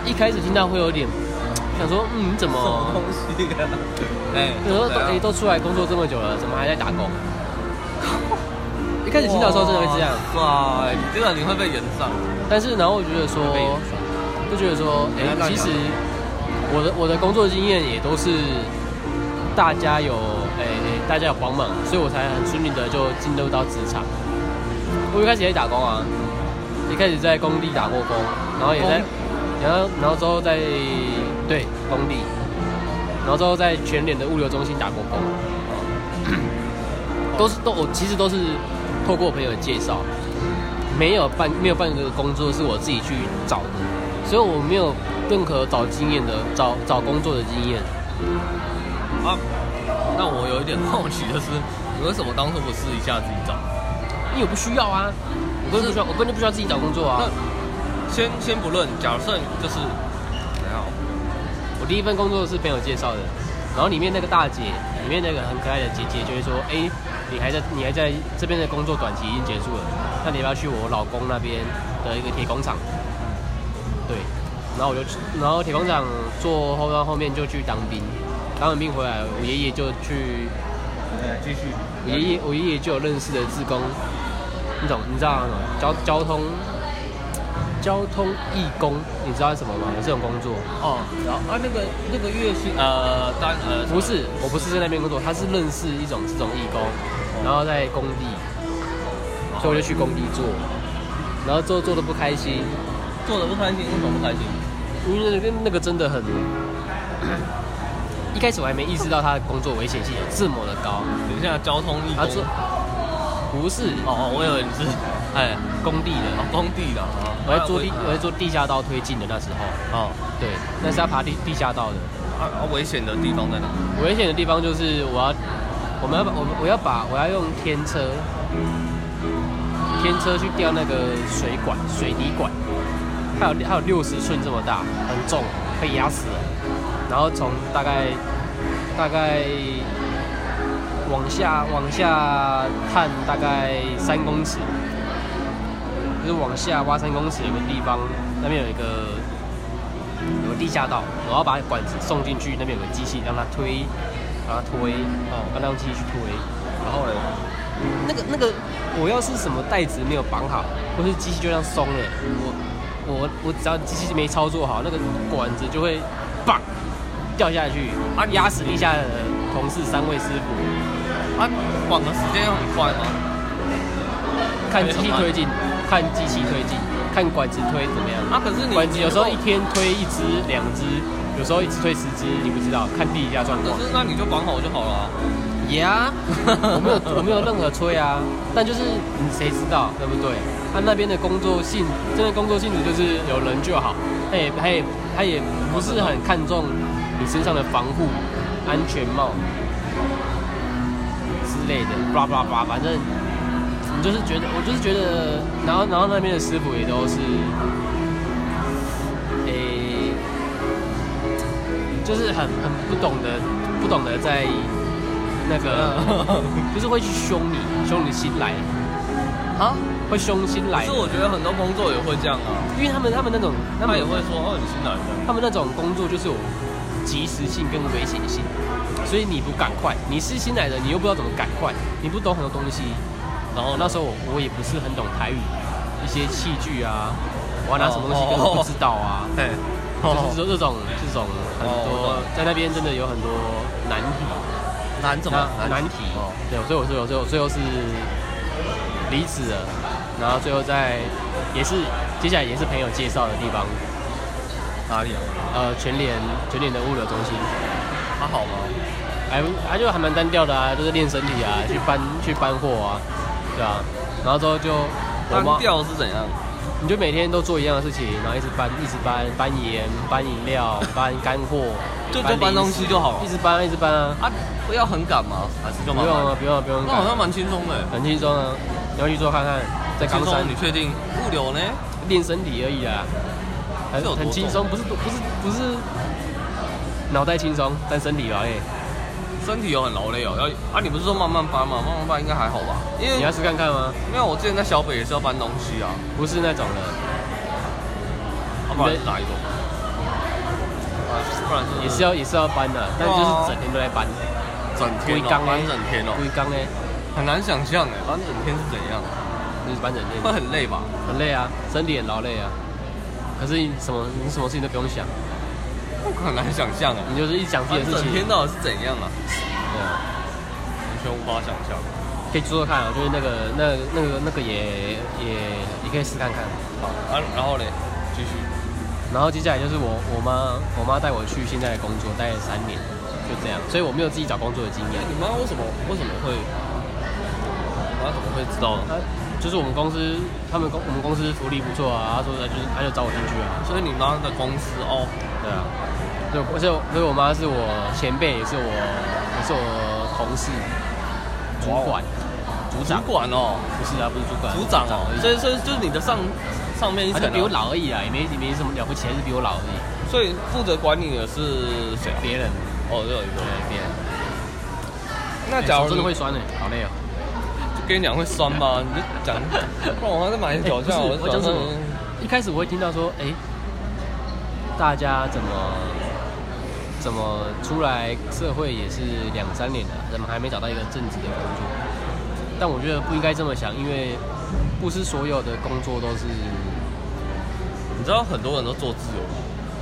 [SPEAKER 2] 一开始听到会有点想说，嗯，你怎
[SPEAKER 4] 什么
[SPEAKER 2] 么 [LAUGHS]
[SPEAKER 4] 东？西
[SPEAKER 1] [LAUGHS]
[SPEAKER 4] 啊？哎，
[SPEAKER 2] 有时候
[SPEAKER 4] 怎
[SPEAKER 2] 都
[SPEAKER 4] 么
[SPEAKER 2] 哎、
[SPEAKER 4] 样
[SPEAKER 2] 都出来工作这么久了，怎么还在打 [LAUGHS] 工？一开始听到的时候真的会这样，
[SPEAKER 1] 哇塞，你这个你会被延上。
[SPEAKER 2] 但是然后我觉得说，就觉得说，哎、
[SPEAKER 1] 那那你要
[SPEAKER 2] 其实我的我的工作经验也都是大家有哎、哎大家有帮忙，所以我才很顺利的就进入到职场。我一开始也打工啊，一开始在工地打过工，然后也在，然后然后之后在对工地，然后之后在全联的物流中心打过工，都是都我其实都是透过朋友的介绍，没有办没有办这个工作是我自己去找的，所以我没有任何找经验的找找工作的经验。
[SPEAKER 1] 啊，那我有一点好奇的是，你为什么当初不试一下自己找？
[SPEAKER 2] 因为我不需要啊，我根本不需要，我根本就不需要自己找工作啊
[SPEAKER 1] 那。先先不论，假设你就是，等一下哦
[SPEAKER 2] 我第一份工作是朋友介绍的，然后里面那个大姐，里面那个很可爱的姐姐就会说，哎、你还在你还在这边的工作短期已经结束了，那你要不要去我老公那边的一个铁工厂？对，然后我就去，然后铁工厂做后到后面就去当兵，当完兵回来，我爷爷就去
[SPEAKER 4] 哎继续。
[SPEAKER 2] 我爷爷，我爷爷就有认识的志工，你懂？你知道吗？交交通交通义工，你知道是什么吗？有这种工作？
[SPEAKER 1] 哦，然后啊那个那个月薪呃单呃
[SPEAKER 2] 不是，我不是在那边工作，他是认识一种这种义工，然后在工地，所以我就去工地做，然后做做的不开心，
[SPEAKER 1] 做的不开心，为什么不开心？
[SPEAKER 2] 因为那个那个真的很， [CLEARS THROAT] 一开始我还没意识到他的工作危险性有这么的高，
[SPEAKER 1] 等一下交通义
[SPEAKER 2] 他做
[SPEAKER 1] 工。
[SPEAKER 2] 不是
[SPEAKER 1] 哦，我以为你是
[SPEAKER 2] 哎工地
[SPEAKER 1] 哦
[SPEAKER 2] 的，
[SPEAKER 1] 工地的啊。
[SPEAKER 2] 我在做地我在做地下道推进的那时候。
[SPEAKER 1] 哦，
[SPEAKER 2] 对，那是要爬地地下道的。
[SPEAKER 1] 啊啊危险的地方在哪？
[SPEAKER 2] 危险的地方就是我要，我们要把我们我要把我要用天车，天车去吊那个水管水泥管，它有它有六十寸这么大，很重，被压死了。然后从大概大概往下往下探大概三公尺，就是往下挖三公尺有个地方，那边有一个有个地下道，我要把管子送进去，那边有个机器让它推，让它推，哦，让它用机器去推。
[SPEAKER 1] 然后嘞，
[SPEAKER 2] 那个那个，我要是什么袋子没有绑好，或是机器就这样松了，我我我只要机器没操作好，那个管子就会棒掉下去，啊，压死地下的同事三位师傅，
[SPEAKER 1] 啊绑的时间又很快吗？
[SPEAKER 2] 看机器推进，看机器推进，看管子推怎么样。
[SPEAKER 1] 啊可是你
[SPEAKER 2] 管子有时候
[SPEAKER 1] 你
[SPEAKER 2] 一天推一只、两只，有时候一次推十只，你不知道，看地下状
[SPEAKER 1] 如
[SPEAKER 2] 况
[SPEAKER 1] 果可。是那你就绑好就好了啊。
[SPEAKER 2] 呀、我没有我没有任何吹啊，但就是你谁知道对不对？他、那边的工作性，真的工作性质就是有人就好，他也他也他也不是很看重你身上的防护、安全帽之类的，叭叭叭，反正你就是觉得，我就是觉得，然后然后那边的师傅也都是，诶、就是很很不懂得不懂得在那
[SPEAKER 1] 嗯 [LAUGHS]
[SPEAKER 2] 个，就是会去凶你，凶你新来，
[SPEAKER 1] 啊，
[SPEAKER 2] 会凶新
[SPEAKER 1] 可
[SPEAKER 2] 来
[SPEAKER 1] 是，我觉得很多工作也会这样啊，
[SPEAKER 2] 因为他们他们那种他
[SPEAKER 1] 他们
[SPEAKER 2] 们
[SPEAKER 1] 也会说哦你是男的。
[SPEAKER 2] 他们那种工作就是有及时性跟危险性，所以你不赶快，你是新来的，你又不知道怎么赶快，你不懂很多东西。然后那时候我我也不是很懂台语，一些器具啊，我要拿什么东西根本不知道啊。
[SPEAKER 1] 哎，
[SPEAKER 2] 就是说这种这种很多
[SPEAKER 1] 哦我
[SPEAKER 2] 在那边真的有很多难题，
[SPEAKER 1] 难哦怎么
[SPEAKER 2] 那难题？对，所以我最后最后最后是离职了，然后最后在也是接下来也是朋友介绍的地方，
[SPEAKER 1] 哪里啊？
[SPEAKER 2] 呃，全联全联的物流中心，
[SPEAKER 1] 还好吗？
[SPEAKER 2] 还还就还蛮单调的啊，就是练身体啊，去搬去搬货啊，对啊，然后之后就我
[SPEAKER 1] 单
[SPEAKER 2] 妈，
[SPEAKER 1] 调是怎样？
[SPEAKER 2] 你就每天都做一样的事情，然后一直搬一直搬搬盐、搬饮料、搬干货，
[SPEAKER 1] [LAUGHS] 就就搬
[SPEAKER 2] 零
[SPEAKER 1] 东
[SPEAKER 2] 食
[SPEAKER 1] 西就好了
[SPEAKER 2] 一直搬一直搬啊，
[SPEAKER 1] 啊，不要很赶吗？还是就
[SPEAKER 2] 不
[SPEAKER 1] 慢
[SPEAKER 2] 用
[SPEAKER 1] 慢
[SPEAKER 2] 啊？不用啊不用
[SPEAKER 1] 那
[SPEAKER 2] 赶，
[SPEAKER 1] 好像蛮轻松的欸。
[SPEAKER 2] 很轻松啊，你要去做看看，在
[SPEAKER 1] 哎轻
[SPEAKER 2] 冈
[SPEAKER 1] 松啊
[SPEAKER 2] 山，
[SPEAKER 1] 你确定物流呢？
[SPEAKER 2] 练身体而已啊，很
[SPEAKER 1] 是有多
[SPEAKER 2] 很轻松，不是不是不是脑袋轻松，但身体哎劳累，
[SPEAKER 1] 身体有很劳累哦，要啊，你不是说慢慢搬吗？慢慢搬应该还好吧？因为
[SPEAKER 2] 你要试看看吗？
[SPEAKER 1] 因为我之前在小北也是要搬东西啊，啊
[SPEAKER 2] 不是那种的，
[SPEAKER 1] 要不然是哪一种？
[SPEAKER 2] 你
[SPEAKER 1] 啊不然真的
[SPEAKER 2] 也是要也是要搬的，啊但
[SPEAKER 1] 哦
[SPEAKER 2] 就是整天都在搬，
[SPEAKER 1] 整
[SPEAKER 2] 归
[SPEAKER 1] 天哦
[SPEAKER 2] 缸
[SPEAKER 1] 搬整天哦，
[SPEAKER 2] 归缸哎，
[SPEAKER 1] 很难想象哎，搬整天是怎样？
[SPEAKER 2] 就是搬整
[SPEAKER 1] 会
[SPEAKER 2] 天，
[SPEAKER 1] 很累吧？
[SPEAKER 2] 很累啊，身体很劳累啊。可是你什么你什么事情都不用想，
[SPEAKER 1] 很难想象哎，
[SPEAKER 2] 你就是一想自己
[SPEAKER 1] 搬
[SPEAKER 2] 的
[SPEAKER 1] 整
[SPEAKER 2] 事情
[SPEAKER 1] 天，到底是怎样啊？
[SPEAKER 2] 对啊，
[SPEAKER 1] 完全无法想象。
[SPEAKER 2] 可以做做看啊，就是那个那那个那个也也也可以试看看。
[SPEAKER 1] 好，啊，然后嘞，继续。
[SPEAKER 2] 然后接下来就是我我妈我妈带我去现在的工作，待了三年，就这样，所以我没有自己找工作的经验
[SPEAKER 1] 哎，。你妈为什么为什么会？你妈怎么会知道呢？
[SPEAKER 2] 她啊就是我们公司，他们公我们公司福利不错啊，她说她就是她就找我进去啊，
[SPEAKER 1] 所以你妈的公司哦，
[SPEAKER 2] 对啊，对，而且所以我妈是我前辈，也是我也是我同事，主管，
[SPEAKER 1] 主
[SPEAKER 2] 组长，
[SPEAKER 1] 管哦，
[SPEAKER 2] 不是啊，不是主管，
[SPEAKER 1] 组长哦
[SPEAKER 2] 而，已
[SPEAKER 1] 所以所以就是你的上上面一
[SPEAKER 2] 她
[SPEAKER 1] 层啊，
[SPEAKER 2] 就比我老而已啊，也没也没什么了不起，还是比我老而已，
[SPEAKER 1] 所以负责管理的是谁啊？
[SPEAKER 2] 别人，
[SPEAKER 1] 哦，又有一个
[SPEAKER 2] 对。别人，
[SPEAKER 1] 那
[SPEAKER 2] 哎
[SPEAKER 1] 假如
[SPEAKER 2] 手真的
[SPEAKER 1] 你
[SPEAKER 2] 会酸呢，好累哦。
[SPEAKER 1] 就跟你讲会酸吗？你就讲， [LAUGHS] 不然我还是买一手
[SPEAKER 2] 哎
[SPEAKER 1] 像
[SPEAKER 2] 不是我讲
[SPEAKER 1] 手
[SPEAKER 2] 什
[SPEAKER 1] 上
[SPEAKER 2] 么一开始我会听到说，哎、大家怎么怎么出来社会也是两三年了，怎么还没找到一个正职的工作？但我觉得不应该这么想，因为不是所有的工作都是，
[SPEAKER 1] 你知道很多人都做自由吗，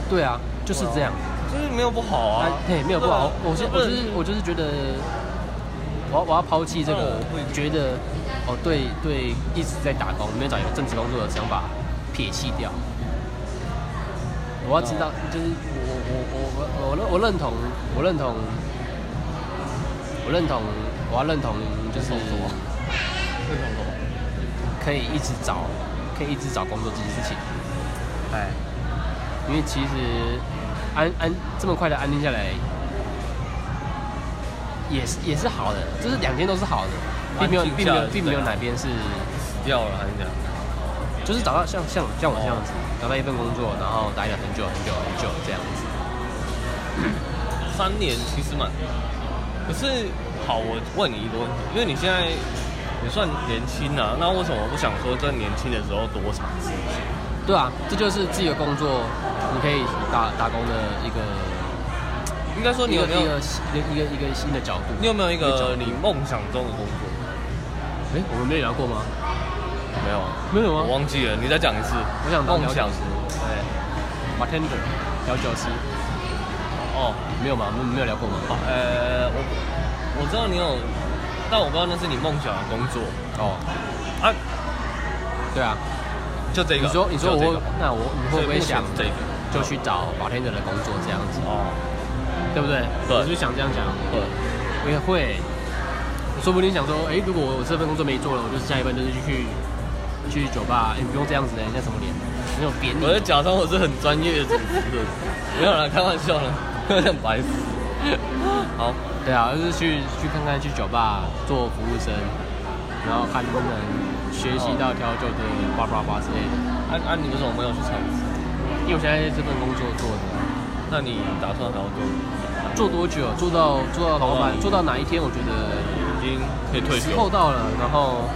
[SPEAKER 2] 对啊，就是这样。
[SPEAKER 1] 就是没有不好啊，，
[SPEAKER 2] 啊对，没有不
[SPEAKER 1] 对
[SPEAKER 2] 好，
[SPEAKER 1] 啊
[SPEAKER 2] 我是我就是我就是觉得，我要我要抛弃这
[SPEAKER 1] 那
[SPEAKER 2] 个
[SPEAKER 1] 啊我不一定
[SPEAKER 2] 觉得，哦对对，一直在打工，没有找一个正职工作的想法撇弃掉。
[SPEAKER 1] 嗯
[SPEAKER 2] 我要知道，
[SPEAKER 1] 啊
[SPEAKER 2] 就是我我我我我认我认同我认同我认同我要认同就是可以一直找可以一直找工作这件事情。
[SPEAKER 1] 哎，
[SPEAKER 2] 因为其实安安这么快的安定下来，也是也是好的，就是两边都是好的，并没有
[SPEAKER 1] 安静
[SPEAKER 2] 并没
[SPEAKER 1] 下
[SPEAKER 2] 有
[SPEAKER 1] 来是
[SPEAKER 2] 并没有
[SPEAKER 1] 这样
[SPEAKER 2] 哪边是，
[SPEAKER 1] 死掉了还是这样？
[SPEAKER 2] 就是找到像像像我这样子，
[SPEAKER 1] 哦
[SPEAKER 2] 找到一份工作，然后待了很久很久很久这样子。
[SPEAKER 1] 三年其实蛮，可是好，我问你一个问题，因为你现在也算年轻啊，那为什么不想说在年轻的时候多尝试一些？
[SPEAKER 2] 对啊，这就是自己的工作，你可以打打工的一个
[SPEAKER 1] 应该说你
[SPEAKER 2] 一
[SPEAKER 1] 有没
[SPEAKER 2] 个一
[SPEAKER 1] 有
[SPEAKER 2] 个，新一个一个一个新的角度。
[SPEAKER 1] 你有没有一
[SPEAKER 2] 一个
[SPEAKER 1] 个
[SPEAKER 2] 角度
[SPEAKER 1] 你梦想中的工作？
[SPEAKER 2] 哎，我们没有聊过吗？
[SPEAKER 1] 没有啊，
[SPEAKER 2] 没有
[SPEAKER 1] 我
[SPEAKER 2] 啊，
[SPEAKER 1] 忘记了，你再讲一次。
[SPEAKER 2] 我想当
[SPEAKER 1] 梦想
[SPEAKER 2] 调酒师，对，bartender 调酒师，
[SPEAKER 1] 哦，
[SPEAKER 2] 没有吗？我们没有聊过吗？
[SPEAKER 1] 呃，我我知道你有，但我不知道那是你梦想的工作
[SPEAKER 2] 哦，
[SPEAKER 1] 啊，
[SPEAKER 2] 对啊，
[SPEAKER 1] 就这个。
[SPEAKER 2] 你说你
[SPEAKER 1] 就
[SPEAKER 2] 说我
[SPEAKER 1] 这
[SPEAKER 2] 会
[SPEAKER 1] 个，
[SPEAKER 2] 那我你会不
[SPEAKER 1] 所以
[SPEAKER 2] 会
[SPEAKER 1] 目前
[SPEAKER 2] 想
[SPEAKER 1] 是这个？
[SPEAKER 2] 就去找保天者的工作这样子，
[SPEAKER 1] 哦，
[SPEAKER 2] 对不对？
[SPEAKER 1] 对
[SPEAKER 2] 我就想这样讲，
[SPEAKER 1] 对，
[SPEAKER 2] 我也会，说不定想说，哎，如果我这份工作没做了，我就是下一份就是去去酒吧，哎，不用这样子的，那什么脸，那种贬
[SPEAKER 1] 我在
[SPEAKER 2] 你，
[SPEAKER 1] 假装我是很专业的主持人，没有啦，开玩笑啦， [LAUGHS] 有点白痴。好，
[SPEAKER 2] 对啊，就是去去看看去酒吧做服务生，然后看能不能学习到调酒的叭叭叭之类的，
[SPEAKER 1] 安、安、啊你为什么没有去尝试？
[SPEAKER 2] 因为我现在这份工作做的。
[SPEAKER 1] 那你打算还要多久？
[SPEAKER 2] 做多久？做到做到老板
[SPEAKER 1] 哦
[SPEAKER 2] 做到哪一天？我觉得
[SPEAKER 1] 已经可以退休
[SPEAKER 2] 时候到了，然后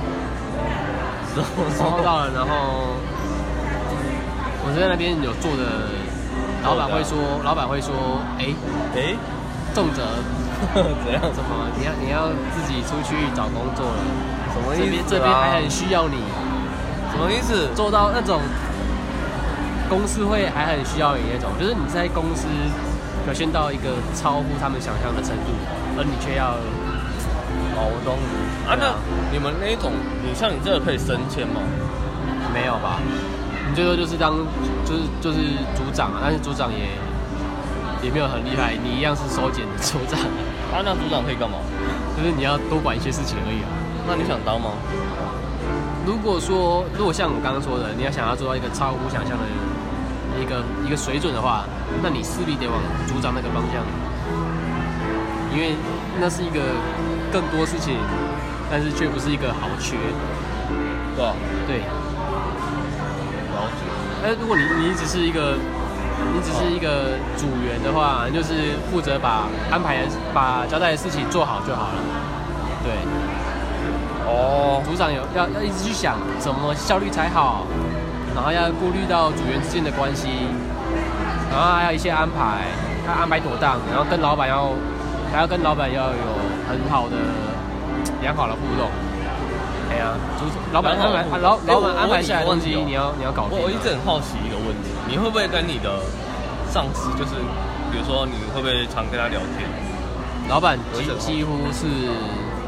[SPEAKER 1] 之后
[SPEAKER 2] 时候
[SPEAKER 1] [LAUGHS]
[SPEAKER 2] 到了，然后我在那边有做的，老板会说，老板会说，哎、
[SPEAKER 1] 哎，
[SPEAKER 2] 仲哲，
[SPEAKER 1] [LAUGHS] 怎样？
[SPEAKER 2] 怎么你要你要自己出去找工作了？
[SPEAKER 1] 什么
[SPEAKER 2] 这
[SPEAKER 1] 意
[SPEAKER 2] 边
[SPEAKER 1] 思、啊？
[SPEAKER 2] 这边还很需要你，
[SPEAKER 1] 什么意思？
[SPEAKER 2] 做到那种公司会还很需要你那种，就是你在公司表现到一个超乎他们想象的程度，而你却要呃
[SPEAKER 1] 哦，我懂你啊。
[SPEAKER 2] 对啊
[SPEAKER 1] 那你们那一种，你像你这个可以升迁吗？
[SPEAKER 2] 没有吧？你最多就是当就是就是组长啊，但是组长也也没有很厉害，你一样是收减的组长， [LAUGHS]
[SPEAKER 1] 啊，那组长可以干嘛？
[SPEAKER 2] 就是你要多管一些事情而已啊。
[SPEAKER 1] 那你想当吗？
[SPEAKER 2] 如果说如果像我刚刚说的，你要想要做到一个超乎想象的一个一个水准的话，那你势必得往组长那个方向，因为那是一个更多事情，但是却不是一个好缺，
[SPEAKER 1] 对吧？
[SPEAKER 2] 对。啊
[SPEAKER 1] 了解。
[SPEAKER 2] 但哎是如果你你只是一个你只是一个组员的话，你就是负责把安排的把交代的事情做好就好了。对，
[SPEAKER 1] 哦，
[SPEAKER 2] 组长有要要一直去想怎么效率才好，然后要顾虑到组员之间的关系，然后还有一些安排，他安排妥当，然后跟老板要还要跟老板要有很好的良好的互动。哎呀，主老板安排，老
[SPEAKER 1] 哎
[SPEAKER 2] 老板安排下来的东西，
[SPEAKER 1] 哦
[SPEAKER 2] 你要你要搞定啊。
[SPEAKER 5] 我我一直很好奇一个问题，你会不会跟你的上司，就是比如说你会不会常跟他聊天？
[SPEAKER 2] 老板
[SPEAKER 5] 有一
[SPEAKER 2] 几
[SPEAKER 5] 种
[SPEAKER 2] 几乎是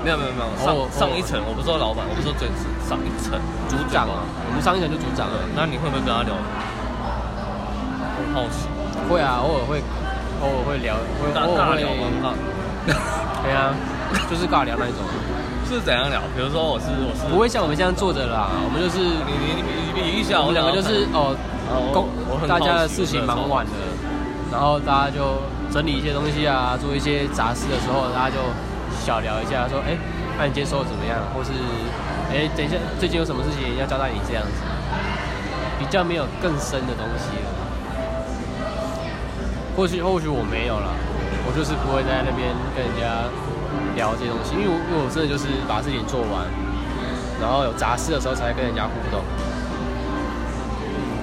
[SPEAKER 5] 没有没有没有，上、
[SPEAKER 2] 偶尔
[SPEAKER 5] 上一层，我不是说老板，我不是说最上一层
[SPEAKER 2] 组长啊，我们上一层就组长了。
[SPEAKER 5] 那你会不会跟他聊？很好奇，
[SPEAKER 2] 会啊，偶尔会，偶尔会聊，会
[SPEAKER 5] 大
[SPEAKER 2] 偶尔
[SPEAKER 5] 大
[SPEAKER 2] 会
[SPEAKER 5] 聊吗？
[SPEAKER 2] 对啊，就是尬聊那一种，
[SPEAKER 5] 是怎样聊？比如说我是我是
[SPEAKER 2] [LAUGHS] 不会像我们这样坐着啦，我们就是
[SPEAKER 5] 你你你你你一下，
[SPEAKER 2] 我
[SPEAKER 5] 我
[SPEAKER 2] 们两个就是哦
[SPEAKER 5] 哦，
[SPEAKER 2] 公
[SPEAKER 5] 我很好奇
[SPEAKER 2] 大家的事情忙完了，然后大家就整理一些东西啊，做一些杂事的时候，大家就小聊一下，说哎，那你今天收的怎么样？或是哎，等一下最近有什么事情要交代你这样子，比较没有更深的东西了。或许或许我没有了，我就是不会在那边跟人家聊这些东西，因为我因为我真的就是把事情做完，然后有杂事的时候才跟人家互动。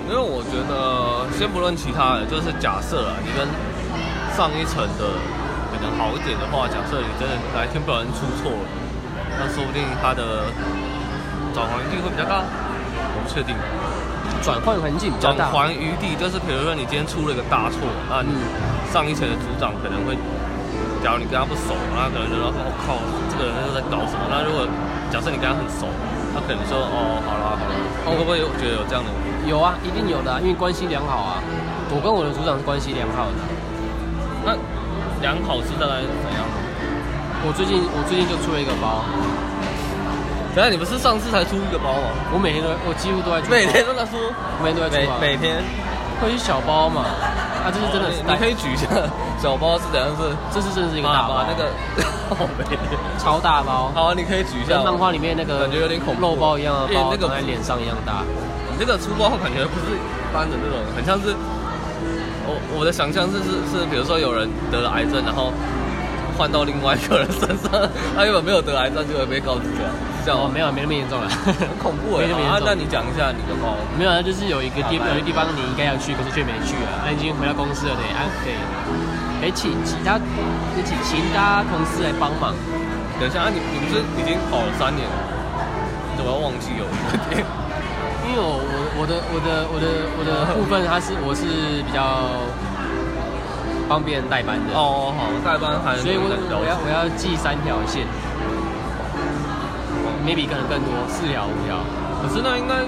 [SPEAKER 1] 因为我觉得，先不论其他的，就是假设啊，你跟上一层的可能好一点的话，假设你真的哪一天不小心出错了，那说不定他的转圜余地会比较大，我不确定。
[SPEAKER 2] 转换环境比较
[SPEAKER 1] 转
[SPEAKER 2] 大。
[SPEAKER 1] 圜余地就是，比如说你今天出了一个大错，那你上一层的组长可能会，假如你跟他不熟，那可能就说，我、靠，这个人是在搞什么？那如果假设你跟他很熟，他可能说，哦，好啦好啦，你会不会有觉得有这样的？
[SPEAKER 2] 有啊，一定有的、啊，因为关系良好啊。我跟我的组长是关系良好的。
[SPEAKER 5] 那良好是大概是怎样？
[SPEAKER 2] 我最近我最近就出了一个包，
[SPEAKER 1] 等一下你不是上次才出一个包啊吗？
[SPEAKER 2] 我每天都在我几乎都在出包，
[SPEAKER 1] 每天都在 [LAUGHS] 出，
[SPEAKER 2] 我每天都在出包，
[SPEAKER 5] 每天
[SPEAKER 2] 会是小包嘛？啊，这是真的
[SPEAKER 1] 哦
[SPEAKER 2] 是
[SPEAKER 1] 你
[SPEAKER 2] 大，
[SPEAKER 1] 可以举一下小包是怎样是
[SPEAKER 2] 这是真的是一啊个
[SPEAKER 1] 大
[SPEAKER 2] [LAUGHS] 大
[SPEAKER 1] 包
[SPEAKER 2] 包，
[SPEAKER 1] 那个，
[SPEAKER 2] 超大包，
[SPEAKER 1] 好啊，你可以举一
[SPEAKER 2] 跟
[SPEAKER 1] 下。
[SPEAKER 2] 漫画里面那个
[SPEAKER 1] 感觉有点恐怖
[SPEAKER 2] 肉包一样的
[SPEAKER 1] 因为
[SPEAKER 2] 包，
[SPEAKER 1] 那个
[SPEAKER 2] 长在脸上一样大。
[SPEAKER 1] 你这个出包感觉不是一般的那种，很像是我我的想象是是是，比如说有人得了癌症，然后换到另外一个人身上，他原本没有得癌症就会被告知这样，这样
[SPEAKER 2] [LAUGHS] 哦，
[SPEAKER 1] 吗
[SPEAKER 2] 没有，没那么严重了，
[SPEAKER 1] 很恐怖哎、
[SPEAKER 2] 没那么严
[SPEAKER 1] 好啊，
[SPEAKER 2] 重
[SPEAKER 1] 那你讲一下你的包。
[SPEAKER 2] 没有啊，就是有一个地
[SPEAKER 1] 好吧
[SPEAKER 2] 有一个地方你应该要去，可是却没去啊，那已经回到公司了，得啊得，得请其他得请其他同事来帮忙。
[SPEAKER 1] 等一下啊，你你不是已经跑了三年了？你怎么忘记 [LAUGHS] 有？
[SPEAKER 2] 因为我我我的我的我的我的部分，它是我是比较帮别人代班的，
[SPEAKER 1] 哦，好，代班还
[SPEAKER 2] 所以我
[SPEAKER 1] 能了
[SPEAKER 2] 我
[SPEAKER 1] 解
[SPEAKER 2] 要我要记三条线，maybe 可能更多，四条五条，
[SPEAKER 1] 可是那应该，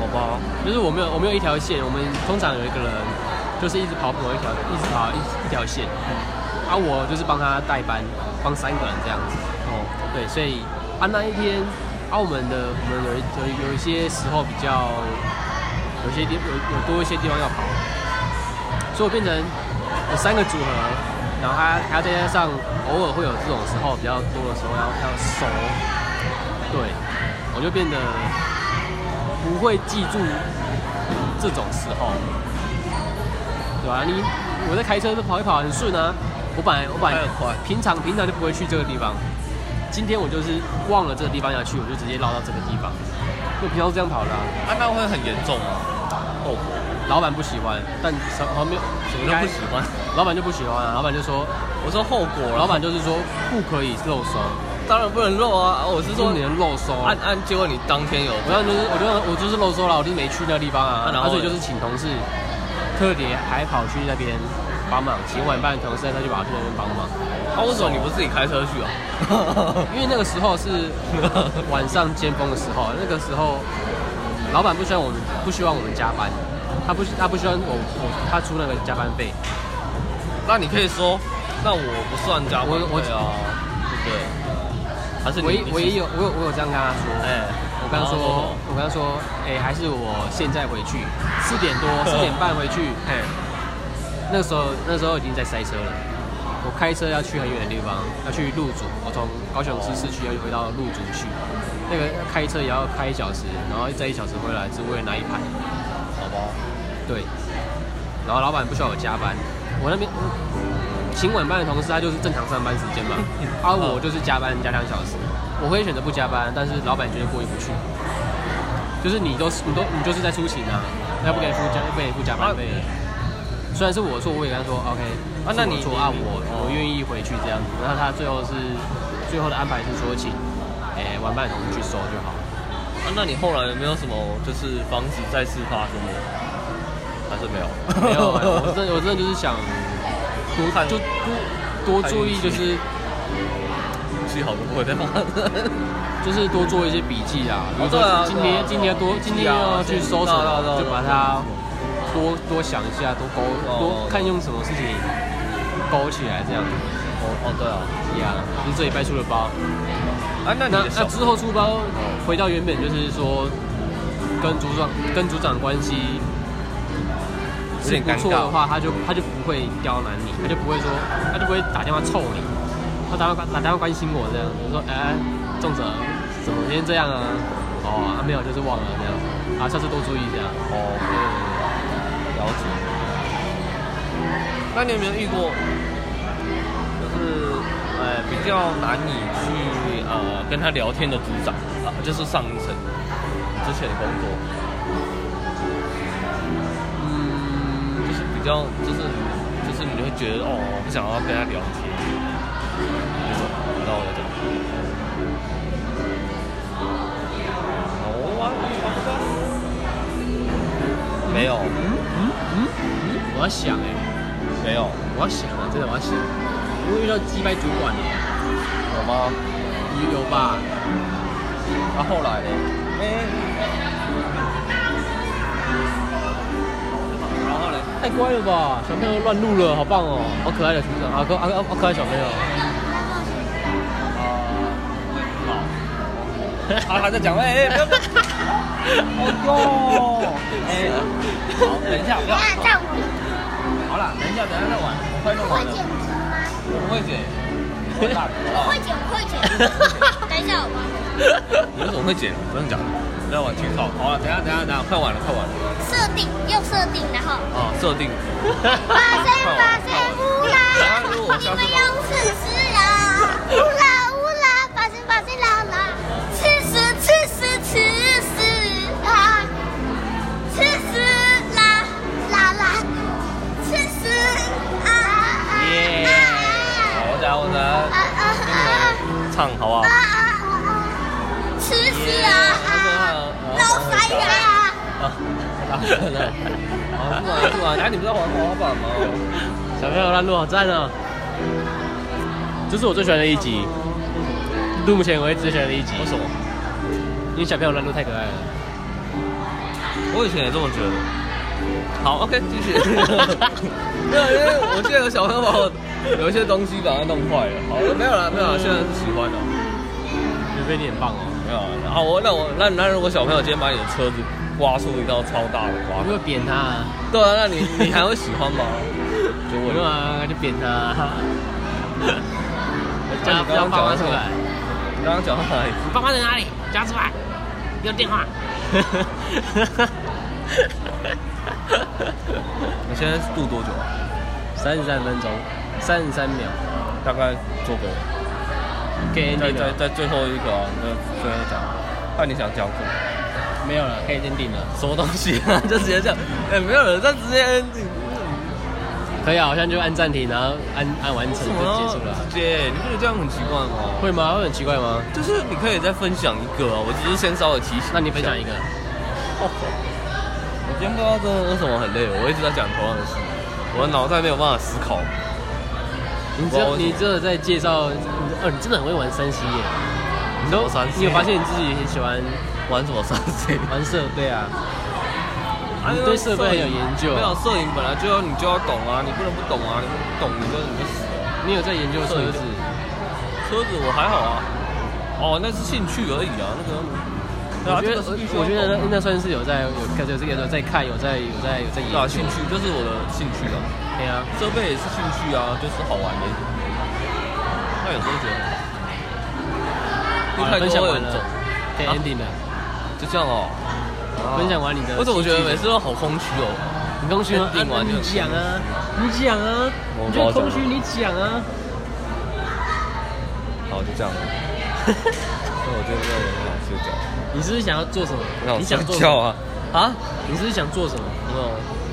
[SPEAKER 1] 好吧，
[SPEAKER 2] 就是我没有我没有一条线，我们通常有一个人就是一直跑某一条，一直跑一一条线，啊，我就是帮他代班，帮三个人这样子。
[SPEAKER 1] 哦，
[SPEAKER 2] 对，所以啊那一天啊我们的我们有一有有一些时候比较有些地有有多一些地方要跑，所以我变成有三个组合，然后还还要再加上偶尔会有这种时候比较多的时候要要熟，对，我就变得不会记住这种时候，对吧、你我在开车都跑一跑很顺啊，我本来我本来
[SPEAKER 1] 开很快
[SPEAKER 2] 平常平常就不会去这个地方。今天我就是忘了这个地方要去，我就直接绕到这个地方。我平常是这样跑的、啊，
[SPEAKER 1] 啊，那会很严重吗？后果
[SPEAKER 2] 老板不喜欢，但什么没有什
[SPEAKER 1] 我
[SPEAKER 2] 么
[SPEAKER 1] 就
[SPEAKER 2] 该
[SPEAKER 1] 不喜欢。
[SPEAKER 2] 老板就不喜欢、啊，老板就说，
[SPEAKER 1] 我说后果，
[SPEAKER 2] 老板就是说不可以漏收，
[SPEAKER 1] 当然不能漏啊！我是
[SPEAKER 2] 就
[SPEAKER 1] 说啊
[SPEAKER 2] 说你能漏收。
[SPEAKER 1] 按按，结果你当天有，
[SPEAKER 2] 我当时就是，我就我就是漏收了，我就是没去那地方
[SPEAKER 1] 啊
[SPEAKER 2] 啊，
[SPEAKER 1] 然后
[SPEAKER 2] 所以就是请同事特别还跑去那边帮忙，请晚班的同事他就跑去那边帮忙，
[SPEAKER 1] 啊，为什么你不自己开车去啊？
[SPEAKER 2] 因为那个时候是晚上尖峰的时候，那个时候老板不希望我们不希望我们加班，他不他不希望我我他出那个加班费，
[SPEAKER 1] [LAUGHS] 那你可以说，那我不算加班
[SPEAKER 2] 我我
[SPEAKER 1] 费啊，对不对？还是
[SPEAKER 2] 我也
[SPEAKER 1] 你
[SPEAKER 2] 我也有我有我有这样跟他说，
[SPEAKER 1] 哎，
[SPEAKER 2] 我跟
[SPEAKER 1] 然
[SPEAKER 2] 他
[SPEAKER 1] 后
[SPEAKER 2] 说，我跟他说，哎、还是我现在回去，四
[SPEAKER 1] [LAUGHS]
[SPEAKER 2] 点多四点半回去，
[SPEAKER 1] 哎，
[SPEAKER 2] 那时候那时候已经在塞车了，我开车要去很远的地方，要去鹿竹，我从高雄市市区要回到鹿竹去，那个开车也要开一小时，然后再一小时回来，只为了那一盘。
[SPEAKER 1] 好吧，
[SPEAKER 2] 对，然后老板不需要我加班，我那边我请晚班的同事他就是正常上班时
[SPEAKER 1] [LAUGHS]
[SPEAKER 2] 间嘛，而、我就是加班加两小时，我可以选择不加班，但是老板觉得过意不去，就是你都是你都你就是在出勤啊，那不给付加不给付加班费，虽然是我的错，我也跟他说 OK
[SPEAKER 1] 啊那
[SPEAKER 2] 是我
[SPEAKER 1] 你
[SPEAKER 2] 错
[SPEAKER 1] 你
[SPEAKER 2] 啊，
[SPEAKER 1] 你
[SPEAKER 2] 我
[SPEAKER 1] 哦
[SPEAKER 2] 我愿意回去这样子。然后他最后是最后的安排是说请诶、玩伴同事去收就好。
[SPEAKER 1] 啊，那你后来有没有什么就是防止再次发生的？还是没有？
[SPEAKER 2] [LAUGHS]
[SPEAKER 1] 哎
[SPEAKER 2] 没有、欸，我真的我真的就是想
[SPEAKER 1] 多看
[SPEAKER 2] 就
[SPEAKER 1] 就
[SPEAKER 2] 多多注意，就是
[SPEAKER 1] 运气好都不会再发生。
[SPEAKER 2] 就是多做一些笔记啦。比如说
[SPEAKER 1] 对啊
[SPEAKER 2] 今
[SPEAKER 1] 对
[SPEAKER 2] 天
[SPEAKER 1] 啊
[SPEAKER 2] 今天要多今天要去搜什
[SPEAKER 1] 对啊对啊
[SPEAKER 2] 么，
[SPEAKER 1] 对啊
[SPEAKER 2] 就把它多多想一下，多勾
[SPEAKER 1] 哦
[SPEAKER 2] 多看用什么事情勾起来这样。
[SPEAKER 1] [LAUGHS] 哦哦，对啊，
[SPEAKER 2] 呀，就是这礼拜出了包，
[SPEAKER 1] 啊，那你
[SPEAKER 2] 那
[SPEAKER 1] 的小
[SPEAKER 2] 那之后出包回到原本就是说跟组长跟组长关系
[SPEAKER 1] 有点
[SPEAKER 2] 不
[SPEAKER 1] 尴
[SPEAKER 2] 错的
[SPEAKER 1] 尬，
[SPEAKER 2] 话，他就他就不会刁难你，他就不会说，他就不会打电话臭你，他打电话打电话关心我这样，就说哎，仲哲怎么今天这样啊？哦，啊没有，就是忘了这样，啊下次多注意这样。
[SPEAKER 1] 哦，
[SPEAKER 2] 对
[SPEAKER 1] 了解。那你有没有遇过，就是呃比较难以去呃跟他聊天的组长啊，就是上一层之前的工作，
[SPEAKER 2] 嗯，
[SPEAKER 1] 就是比较就是就是你会觉得哦，我不想要跟他聊天，那种，你知道我在讲什么哦啊啊啊没有，
[SPEAKER 2] 我要想哎、
[SPEAKER 1] 没有，
[SPEAKER 2] 我要想啊，真的我要想，我遇到击败主管哎、
[SPEAKER 1] 有吗？
[SPEAKER 2] 有有吧？
[SPEAKER 1] 那、后来呢？然后呢？
[SPEAKER 2] 太乖了吧，小朋友乱录了，好棒哦，好可爱的组长，好可好好好可爱小朋友。
[SPEAKER 1] 啊，还在讲哎哎，不要不要！
[SPEAKER 2] [LAUGHS]
[SPEAKER 1] 哦哟，哎，好，等一下，不
[SPEAKER 3] 等
[SPEAKER 1] 要
[SPEAKER 3] 一，下这样子
[SPEAKER 1] 好啦，等一下，等一下再玩，我快弄
[SPEAKER 3] 会
[SPEAKER 1] 完了
[SPEAKER 3] 剪，辑吗？
[SPEAKER 1] 不会剪，我会
[SPEAKER 3] 会
[SPEAKER 1] 烂，
[SPEAKER 3] 剪会剪。等一下我帮
[SPEAKER 1] 你为什么会剪？真的假的？不要玩挺好，好了，等一下等一下等一下，快完了快完了，
[SPEAKER 3] 你设定，用设定，然后
[SPEAKER 1] 啊，设定，
[SPEAKER 3] 发生发生乌拉，
[SPEAKER 1] 如
[SPEAKER 3] 你
[SPEAKER 1] 果我
[SPEAKER 3] 们
[SPEAKER 1] 下次
[SPEAKER 3] 用四十啦，乌拉乌拉，发生发生啦啦，吃屎吃屎吃屎啊，吃屎啦啦啦，吃屎啊啊
[SPEAKER 1] 耶好，我等一下我等一
[SPEAKER 3] 啊啊
[SPEAKER 1] 下
[SPEAKER 3] 啊啊
[SPEAKER 1] 唱好不好
[SPEAKER 3] 啊啊？啊，吃屎啊啊，老烦人啊！
[SPEAKER 1] 啊，然后呢？啊，不玩不玩，哎，你不是要玩滑板吗？
[SPEAKER 2] 小朋友乱录好赞哦！这是我最喜欢的一集，录目前为止最喜欢的一集。
[SPEAKER 1] 为什么？
[SPEAKER 2] 因为小朋友乱录太可爱了。
[SPEAKER 1] 我以前也这么觉得。好，OK，继续。 [LAUGHS] 没有，因为我记得有小朋友把我有一些东西把它弄坏了。好，没有啦，没有啦，现在是喜欢的。
[SPEAKER 2] 刘飞，你很棒哦！
[SPEAKER 1] 嗯没有啦。啊然后我那我那那如果小朋友今天把你的车子刮出一道超大的
[SPEAKER 2] 我
[SPEAKER 1] 刮
[SPEAKER 2] 没，有扁他啊，
[SPEAKER 1] 对啊，那你你还会喜欢吗？ [LAUGHS] 就我
[SPEAKER 2] 我没有啊，就扁他 [LAUGHS] 啊。
[SPEAKER 1] 那
[SPEAKER 2] 家
[SPEAKER 1] 你刚刚
[SPEAKER 2] 家爸妈
[SPEAKER 1] 讲的是
[SPEAKER 2] 出来，
[SPEAKER 1] 你刚刚讲到哪里？
[SPEAKER 2] 爸妈在哪里？家出来，要电话。
[SPEAKER 1] 你现在度多久啊？
[SPEAKER 2] [LAUGHS] 三十三分钟，三十三秒，
[SPEAKER 1] 大概做个
[SPEAKER 2] 可以 e
[SPEAKER 1] 在
[SPEAKER 2] n
[SPEAKER 1] 在
[SPEAKER 2] 了，
[SPEAKER 1] 在最后一个啊，那最后讲，看你想讲什么？
[SPEAKER 2] 没有了，可以 e n 了。
[SPEAKER 1] 什么东西啊？ [LAUGHS] 就直接讲，哎、没有人在直接 ending，
[SPEAKER 2] 可以啊，好像就按暂停，然后按按完成
[SPEAKER 1] 什
[SPEAKER 2] 就
[SPEAKER 1] 么
[SPEAKER 2] 结 [LAUGHS] 束了啊。
[SPEAKER 1] 直接，你不觉得这样很奇怪吗？
[SPEAKER 2] 会吗？会很奇怪吗？
[SPEAKER 1] 就是你可以再分享一个啊，我只是先稍微提醒。
[SPEAKER 2] 那你分享一
[SPEAKER 1] 个。
[SPEAKER 2] 个，
[SPEAKER 1] 我今天不知道真的为什么很累，我一直在讲同样的事，我的脑袋没有办法思考。
[SPEAKER 2] 你
[SPEAKER 1] 我
[SPEAKER 2] 这
[SPEAKER 1] 我
[SPEAKER 2] 你这在介绍，你哦，你真的很会玩三 C 耶！
[SPEAKER 1] 你都三 C，
[SPEAKER 2] 你有发现你自己很喜欢
[SPEAKER 1] 玩什么三 C？
[SPEAKER 2] 玩设备啊？你对设备很有研究
[SPEAKER 1] 啊
[SPEAKER 2] 啊
[SPEAKER 1] 没有，摄影本来就要你就要懂啊，你不能不懂啊，你不懂你就你就死了。
[SPEAKER 2] 你有在研究车
[SPEAKER 1] 设
[SPEAKER 2] 子
[SPEAKER 1] 备？车子我还好啊，哦，那是兴趣而已啊，那个。对啊
[SPEAKER 2] 我觉
[SPEAKER 1] 这
[SPEAKER 2] 得
[SPEAKER 1] 个是必须要
[SPEAKER 2] 我觉
[SPEAKER 1] 懂的
[SPEAKER 2] 得
[SPEAKER 1] 啊
[SPEAKER 2] 那那算是有在有看，就是有在看，有在有在有在
[SPEAKER 1] 对
[SPEAKER 2] 研
[SPEAKER 1] 啊，
[SPEAKER 2] 究。
[SPEAKER 1] 兴趣就是我的兴趣啊，
[SPEAKER 2] 对啊，
[SPEAKER 1] 设备也是兴趣啊，就是好玩的。那有时候觉得，
[SPEAKER 2] 好了，分享完了，可以
[SPEAKER 1] 啊
[SPEAKER 2] ending 了。
[SPEAKER 1] 就这样哦。
[SPEAKER 2] 分享完你的，
[SPEAKER 1] 我怎么觉得每次都好空虚哦？
[SPEAKER 2] 你空虚吗？啊
[SPEAKER 1] ending 完就
[SPEAKER 2] 你讲啊，你讲啊，
[SPEAKER 1] 我
[SPEAKER 2] 你觉得
[SPEAKER 1] 不知道
[SPEAKER 2] 空虚
[SPEAKER 1] 讲
[SPEAKER 2] 你讲啊。
[SPEAKER 1] 好，就这
[SPEAKER 2] [LAUGHS]
[SPEAKER 1] 样了。那我觉得我想睡觉，
[SPEAKER 2] 你是不是想要做什么？
[SPEAKER 1] 那我
[SPEAKER 2] 你
[SPEAKER 1] 睡
[SPEAKER 2] 想做什
[SPEAKER 1] 觉
[SPEAKER 2] 么？
[SPEAKER 1] 啊啊！
[SPEAKER 2] 你是不是想做什么？
[SPEAKER 1] 没有，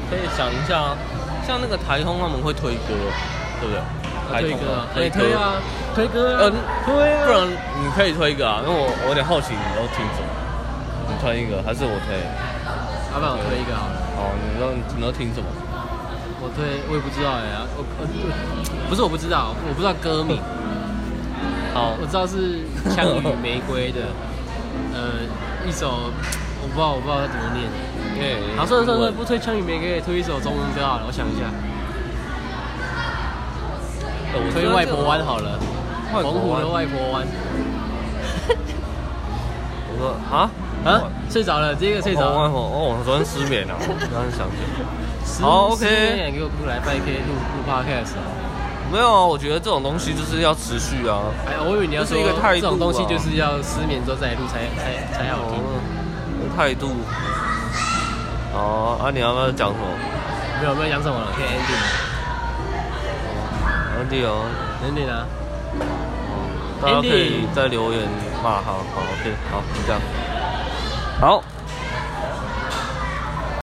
[SPEAKER 1] 可以想一下像那个台风他们会推歌，对不对？
[SPEAKER 2] 啊推歌啊，对
[SPEAKER 1] 台风
[SPEAKER 2] 推啊，推歌啊
[SPEAKER 1] 嗯，
[SPEAKER 2] 推啊，
[SPEAKER 1] 不然你可以推一个啊，因为我我有点好奇你都听什么，你推一个还是我推？
[SPEAKER 2] 老板我推一个好了，
[SPEAKER 1] 哦，你都你都听什么？
[SPEAKER 2] 我推我也不知道哎，我呃我不是我不知道，我不知道歌名，
[SPEAKER 1] 好
[SPEAKER 2] 我知道是枪与玫瑰的，呃，一首我不知道我不知道它怎么念。好，算了算了，算了不推枪与玫瑰，推一首中文歌好了，我想一下，
[SPEAKER 1] 呃我
[SPEAKER 2] 推外婆湾好了，
[SPEAKER 1] 外
[SPEAKER 2] 澎
[SPEAKER 1] 婆
[SPEAKER 2] 湖
[SPEAKER 1] 湾
[SPEAKER 2] 的外婆湾。
[SPEAKER 1] 我说啊
[SPEAKER 2] 啊，睡着了，第一个睡着
[SPEAKER 1] 哦外
[SPEAKER 2] 了。
[SPEAKER 1] 婆哦，我昨天失眠了，我刚刚想起来
[SPEAKER 2] 十
[SPEAKER 1] 好，OK
[SPEAKER 2] 十年前给我过来拜 K 录录 podcast 哦。
[SPEAKER 1] 没有啊，我觉得这种东西就是要持续啊。
[SPEAKER 2] 哎，我以为你要说
[SPEAKER 1] 这是一个态
[SPEAKER 2] 这
[SPEAKER 1] 度啊
[SPEAKER 2] 种东西就是要失眠之后再来录才才才好听。
[SPEAKER 1] 哦态度。哦，啊，你要不要讲什么？
[SPEAKER 2] 没有没有讲什么了，可以 ending
[SPEAKER 1] 安迪哦，
[SPEAKER 2] ending 啊。
[SPEAKER 1] 大家可以在留言骂他。好，OK，好，就这样。好，